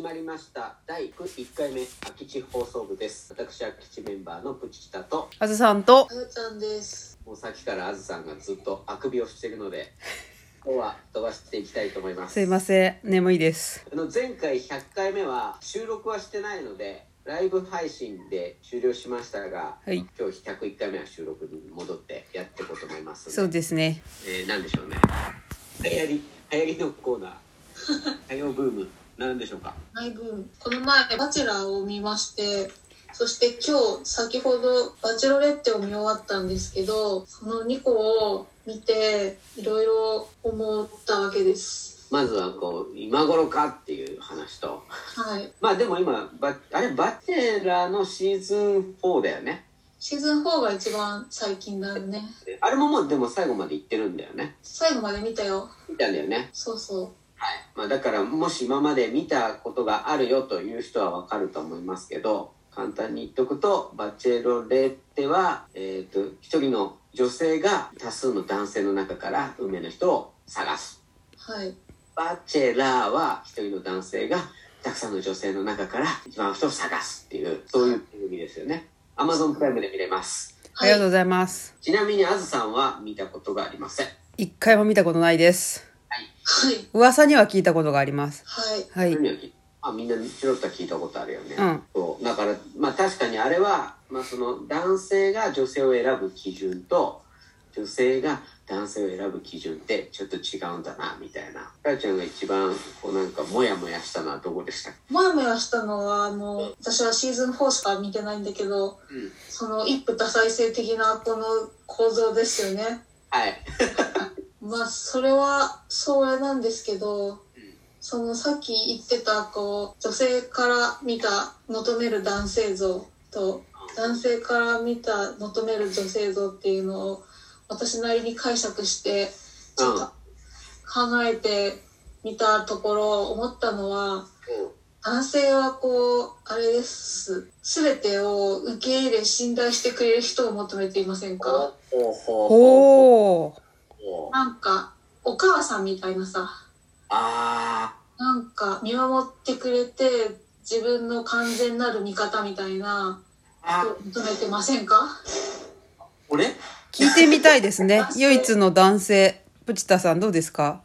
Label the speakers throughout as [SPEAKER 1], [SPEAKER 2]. [SPEAKER 1] まりました第1回目空き地放送部です私空き地メンバーのプチタと
[SPEAKER 2] あずさんと
[SPEAKER 3] あずちゃんです。
[SPEAKER 1] もうさっきからあずさんがずっとあくびをしているの で今日は飛ばしていきたいと思います
[SPEAKER 2] すいません眠いです
[SPEAKER 1] あの前回100回目は収録はしてないのでライブ配信で終了しましたが、
[SPEAKER 2] はい
[SPEAKER 1] 今日101回目は収録に戻ってやっていこうと思います
[SPEAKER 2] そうですね
[SPEAKER 1] えー、なんでしょうね流行り流行りのコーナー 火曜ブームなんでしょうか
[SPEAKER 3] 内分この前バチェラーを見まして、そして今日先ほどバチェロレッテを見終わったんですけど、その2個を見ていろいろ思ったわけです。
[SPEAKER 1] まずはこう今頃かっていう話と
[SPEAKER 3] はい。
[SPEAKER 1] まあでも今バあれバチェラーのシーズン4だよね
[SPEAKER 3] シーズン4が一番最近だよね。
[SPEAKER 1] あれももうでも最後まで行ってるんだよね
[SPEAKER 3] 最後まで見たよ。
[SPEAKER 1] 見たんだよね
[SPEAKER 3] そうそう。
[SPEAKER 1] はい、まあ、だからもし今まで見たことがあるよという人はわかると思いますけど簡単に言っとくとバチェロレッテは、えー、と一人の女性が多数の男性の中から運命の人を探す
[SPEAKER 3] はい。
[SPEAKER 1] バチェラーは一人の男性がたくさんの女性の中から一番の人を探すっていうそういう番組ですよね Amazon プライムで見れます
[SPEAKER 2] ありがとう
[SPEAKER 3] はい。
[SPEAKER 2] ございます
[SPEAKER 1] ちなみにあずさんは見たことがありません
[SPEAKER 2] 一回も見たことないです
[SPEAKER 3] はい。
[SPEAKER 2] 噂には聞いたことがあります
[SPEAKER 3] はい。
[SPEAKER 2] はい
[SPEAKER 1] 何を聞いあみんなチロッタ聞いたことあるよね、
[SPEAKER 2] うん
[SPEAKER 1] そうだからまあ確かにあれは、まあ、その男性が女性を選ぶ基準と女性が男性を選ぶ基準ってちょっと違うんだなみたいなかよちゃんが一番こうなんかモヤモヤしたのはどこでしたっ
[SPEAKER 3] モヤモヤしたのは、あの、私はシーズン4しか見てないんだけど、
[SPEAKER 1] け、うん、
[SPEAKER 3] その一夫多妻制的なこの構造ですよね。
[SPEAKER 1] はい
[SPEAKER 3] まあそれはそれなんですけどそのさっき言ってたこう女性から見た求める男性像と男性から見た求める女性像っていうのを私なりに解釈してちょっと考えてみたところ思ったのは
[SPEAKER 1] う
[SPEAKER 3] 男性はこうあれです全てを受け入れ信頼してくれる人を求めていません
[SPEAKER 1] ん
[SPEAKER 3] か
[SPEAKER 1] ほうほうほう
[SPEAKER 2] おお
[SPEAKER 1] ほう
[SPEAKER 3] なんかお母さんみたいなさ
[SPEAKER 1] あ
[SPEAKER 3] なんか見守ってくれて自分の完全なる味方みたいな
[SPEAKER 1] ーあ
[SPEAKER 3] 人を求めてませんか
[SPEAKER 1] 俺
[SPEAKER 2] 聞いてみたいで すね唯一の男性プチタさんどうですか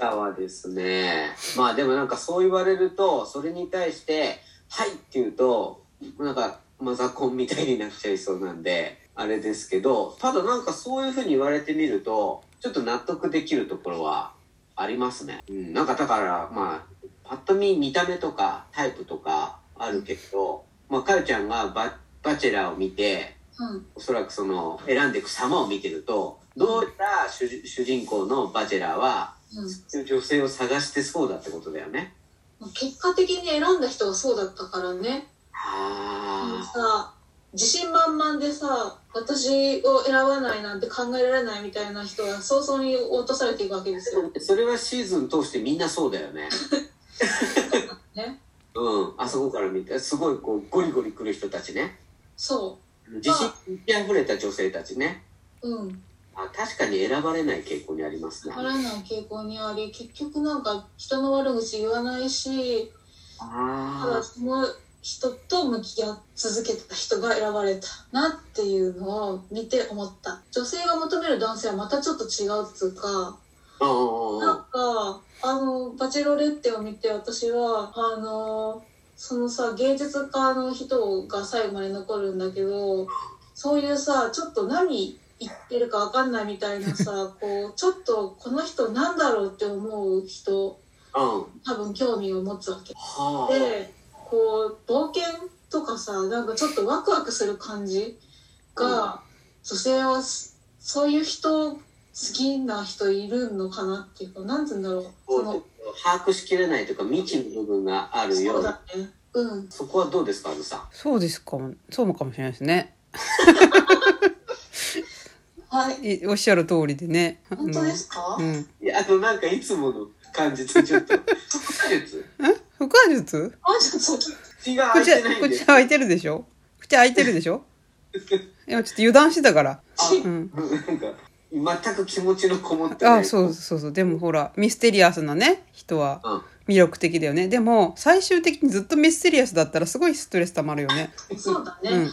[SPEAKER 1] らはですねまあでもなんかそう言われるとそれに対して「はい」って言うとなんかマザコンみたいになっちゃいそうなんであれですけどただなんかそういうふうに言われてみるとちょっと納得できるところはありますね。うん、なんかだからまあパッと見見た目とかタイプとかあるけど、まあ、かよちゃんがバ「バチェラー」を見て
[SPEAKER 3] うん
[SPEAKER 1] おそらくその選んでいく様を見てるとどうやら主人主人公のバチェラーは
[SPEAKER 3] う
[SPEAKER 1] 女性を探してそうだってことだよね。
[SPEAKER 3] ん、結果的に選んだ人がそうだったからね
[SPEAKER 1] あ
[SPEAKER 3] さ自信満々でさ私を選ばないなんて考えられないみたいな人が早々に落とされていくわけですよ
[SPEAKER 1] あそれはシーズン通してみんなそうだよね。
[SPEAKER 3] ね
[SPEAKER 1] うん、あそこから見てすごいこうゴリゴリ来る人たちね
[SPEAKER 3] そ
[SPEAKER 1] 自信にあふれた女性たちね
[SPEAKER 3] ううん
[SPEAKER 1] あ確かに選ばれない傾向にありますね
[SPEAKER 3] 選ばれない傾向にあり結局なんか人の悪口言わないしただ
[SPEAKER 1] あ
[SPEAKER 3] その人と向き合い続けてた人が選ばれたなっていうのを見て思った女性が求める男性はまたちょっと違うっつうか
[SPEAKER 1] あうんうんうん
[SPEAKER 3] なんかあの「バチェロレッテ」を見て私はあのそのさ芸術家の人が最後まで残るんだけどそういうさちょっと何言ってるかわかんないみたいなさこうちょっとこの人なんだろうって思う人
[SPEAKER 1] うん
[SPEAKER 3] 多分興味を持つわけ。
[SPEAKER 1] はあ
[SPEAKER 3] でこう冒険とかさなんかちょっとワクワクする感じが、女性はすそういう人好きな人いるのかなっていうかなんつうんだろう
[SPEAKER 1] こ
[SPEAKER 3] そうの
[SPEAKER 1] 把握しきれないというか未知の部分があるよ
[SPEAKER 3] そうう
[SPEAKER 1] な
[SPEAKER 3] だねうん
[SPEAKER 1] そこはどうですかあずさん
[SPEAKER 2] そうですかもそうもかもしれないですね
[SPEAKER 3] はい
[SPEAKER 2] いおっしゃる通りでね
[SPEAKER 3] 本当ですか、
[SPEAKER 2] うん、うん、
[SPEAKER 1] いやあとなんかいつもの感じとちょ っと腹術
[SPEAKER 2] 腹話術
[SPEAKER 3] あちょっと
[SPEAKER 1] 口が開い
[SPEAKER 2] 口
[SPEAKER 1] てないんで
[SPEAKER 2] 口開いてるで しょ口開いてるでしょ今ちょっと油断してたから
[SPEAKER 1] あ
[SPEAKER 2] うん
[SPEAKER 1] なんか全く気持ちのこもってない。
[SPEAKER 2] あそうそうそうでもほらミステリアスなね人は
[SPEAKER 1] うん。
[SPEAKER 2] 魅力的だよねでも最終的にずっとミステリアスだったらすごいストレスたまるよね
[SPEAKER 3] そうだね、
[SPEAKER 2] うん
[SPEAKER 3] で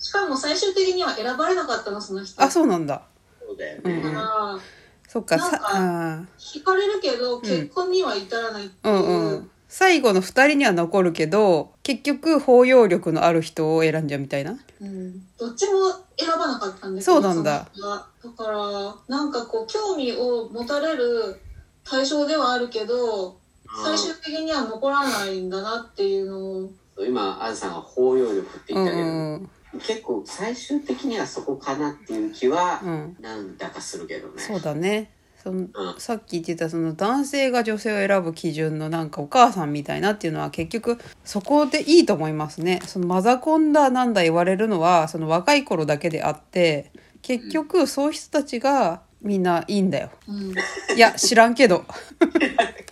[SPEAKER 3] しかも最終的には選ばれなかったのその人
[SPEAKER 2] あそうなんだ
[SPEAKER 1] そうだよ
[SPEAKER 2] う
[SPEAKER 1] ね。
[SPEAKER 2] ん
[SPEAKER 3] だから
[SPEAKER 2] そっか
[SPEAKER 3] なん
[SPEAKER 2] さ
[SPEAKER 3] か
[SPEAKER 2] あ
[SPEAKER 3] 惹かれるけど結婚には至らないって
[SPEAKER 2] ー
[SPEAKER 3] いうう、
[SPEAKER 2] んうん最後の二人には残るけど結局包容力のある人を選んじゃうみたいな
[SPEAKER 3] うんどっちも選ばなかったんです
[SPEAKER 2] そうなんだ
[SPEAKER 3] だからなんかこう興味を持たれる対象ではあるけど最終的には残らないんだなっていうのを
[SPEAKER 1] うん今、あずさんが包容力って
[SPEAKER 2] う
[SPEAKER 1] 言っ
[SPEAKER 2] ん
[SPEAKER 1] たけど、
[SPEAKER 2] うん
[SPEAKER 1] 結構最終的にはそこかなっていう気は
[SPEAKER 2] う、ん
[SPEAKER 1] なんだかするけどね。
[SPEAKER 2] そうだねそ
[SPEAKER 1] う
[SPEAKER 2] の
[SPEAKER 1] ん
[SPEAKER 2] さっき言ってたその男性が女性を選ぶ基準のなんかお母さんみたいなっていうのは結局そこでいいと思いますねそのマザコンだなんだ言われるのはその若い頃だけであって結局そういう人たちがみんないいんだよ
[SPEAKER 3] うん
[SPEAKER 2] いや知らんけど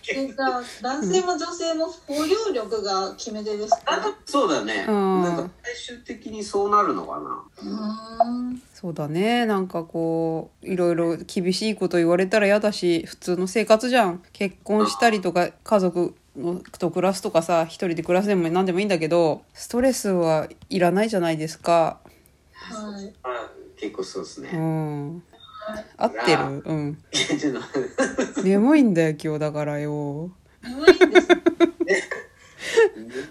[SPEAKER 3] でじゃあ男性も女性も包容力が決め手です
[SPEAKER 1] なん
[SPEAKER 3] か
[SPEAKER 1] かそうだね。
[SPEAKER 2] うん
[SPEAKER 1] なんか最終的にそうなるのかな。
[SPEAKER 3] うーん
[SPEAKER 2] そうだねなんかこういろいろ厳しいこと言われたら嫌だし普通の生活じゃん結婚したりとか家族のと暮らすとかさ一人で暮らすでも何でもいいんだけどストレスはいらないじゃないですか
[SPEAKER 3] はい
[SPEAKER 1] あ結構そうです
[SPEAKER 2] う
[SPEAKER 1] ね。
[SPEAKER 2] ん合ってるうん
[SPEAKER 1] いやちょっと待って
[SPEAKER 2] 眠いんだよ今日だからよ
[SPEAKER 3] 眠いんです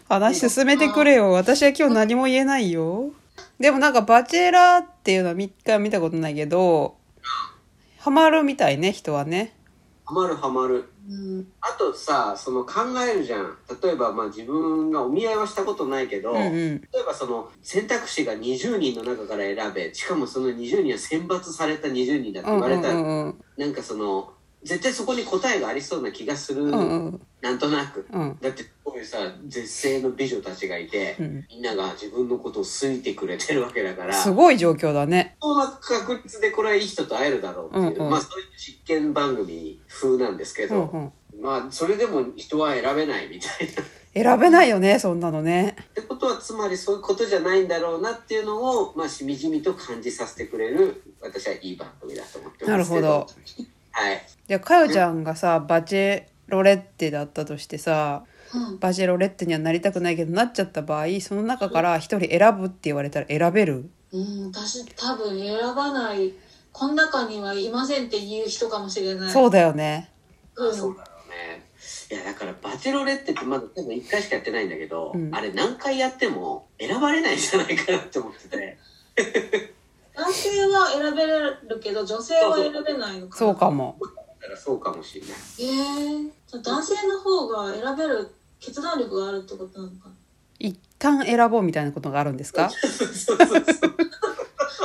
[SPEAKER 2] 話進めてくれよ私は今日何も言えないよでもなんか「バチェラー」っていうのは一回見たことないけどハマるみたいね人はね
[SPEAKER 1] ハマるハマる。
[SPEAKER 3] うん
[SPEAKER 1] あとさ、その考えるじゃん。例えば、まあ自分がお見合いはしたことないけど、
[SPEAKER 2] うんうん
[SPEAKER 1] 例えばその選択肢が20人の中から選べ、しかもその20人は選抜された20人だって
[SPEAKER 2] う
[SPEAKER 1] 言
[SPEAKER 2] んう
[SPEAKER 1] われ
[SPEAKER 2] ん
[SPEAKER 1] た
[SPEAKER 2] う
[SPEAKER 1] ら、
[SPEAKER 2] んうん
[SPEAKER 1] なんかその、絶対そこに答えがありそうな気がする。
[SPEAKER 2] うんうん
[SPEAKER 1] なんとなく。
[SPEAKER 2] うん
[SPEAKER 1] だってこういうさ、絶世の美女たちがいて、
[SPEAKER 2] うん
[SPEAKER 1] みんなが自分のことを好いてくれてるわけだから、
[SPEAKER 2] すごい状況だね。
[SPEAKER 1] 相当な確率でこれはいい人と会えるだろうっていう、
[SPEAKER 2] うんうん
[SPEAKER 1] まあそういう実験番組風なんですけ
[SPEAKER 2] う
[SPEAKER 1] ど、
[SPEAKER 2] んうん、
[SPEAKER 1] まあそれでも人は選べないみたいな。っ
[SPEAKER 2] 選べないよね、そんなのね。
[SPEAKER 1] てことはつまりそういうことじゃないんだろうなっていうのを、まあ、しみじみと感じさせてくれる私はいい番組だと思ってますけど
[SPEAKER 2] なるほど。
[SPEAKER 1] はい、
[SPEAKER 2] じゃあ、かよちゃんがさ、バチェロレッテだったとしてさ、
[SPEAKER 3] うん
[SPEAKER 2] バチェロレッテにはなりたくないけど、なっちゃった場合、その中から一人選ぶって言われたら選べる
[SPEAKER 3] うん、私多分選ばないこの中にはいませんっていう人かもしれない、
[SPEAKER 2] そううだよね。
[SPEAKER 3] うん、
[SPEAKER 1] そうだろうねいやだから「バチェロレッテ」ってまだ多分1回しかやってないんだけど、
[SPEAKER 2] うん
[SPEAKER 1] あれ何回やっても選ばれないんじゃないかなって思ってて
[SPEAKER 3] 男性は選べるけど女性は選べないのかな
[SPEAKER 2] そうかも。
[SPEAKER 1] だからそうかもし れない
[SPEAKER 3] えー、じゃあ男性の方が選べる決断力があるってことなのか
[SPEAKER 2] 一旦選ぼうみたいなことがあるんですか
[SPEAKER 1] そうそうそう
[SPEAKER 3] な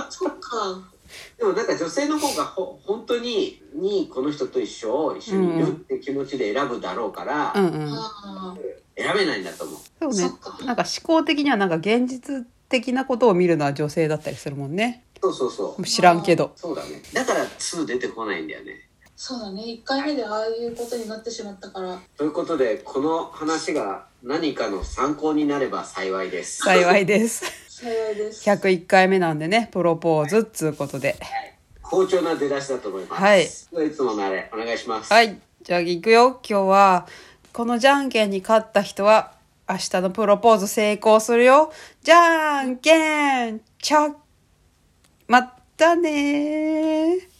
[SPEAKER 3] そっか
[SPEAKER 1] でもなんか女性の方がほ本当ににこの人と一緒を一緒にいるって気持ちで選ぶだろうから、
[SPEAKER 2] うんうん。
[SPEAKER 3] あ
[SPEAKER 1] 選べないんだと思う
[SPEAKER 2] そう
[SPEAKER 3] ー
[SPEAKER 2] ね
[SPEAKER 3] そ。っか
[SPEAKER 2] なんか思考的にはなんか現実的なことを見るのは女性だったりするもんね。
[SPEAKER 1] そうそうそう
[SPEAKER 2] 知らんけど。
[SPEAKER 1] そうだねだから2出てこないんだよね
[SPEAKER 3] そうだね1回目でああいうことになってしまったから
[SPEAKER 1] ということでこの話が何かの参考になれば幸いです
[SPEAKER 2] 幸いです。
[SPEAKER 3] 幸いです
[SPEAKER 2] 101回目なんでね、プロポーズっつうことで。
[SPEAKER 1] 好調な出だしだと思います
[SPEAKER 2] はい
[SPEAKER 1] ではいつものあれお願いします
[SPEAKER 2] はい。じゃあ行くよ。今日は、このじゃんけんに勝った人は、明日のプロポーズ成功するよ。じゃんけん、ちゃ、まったねー。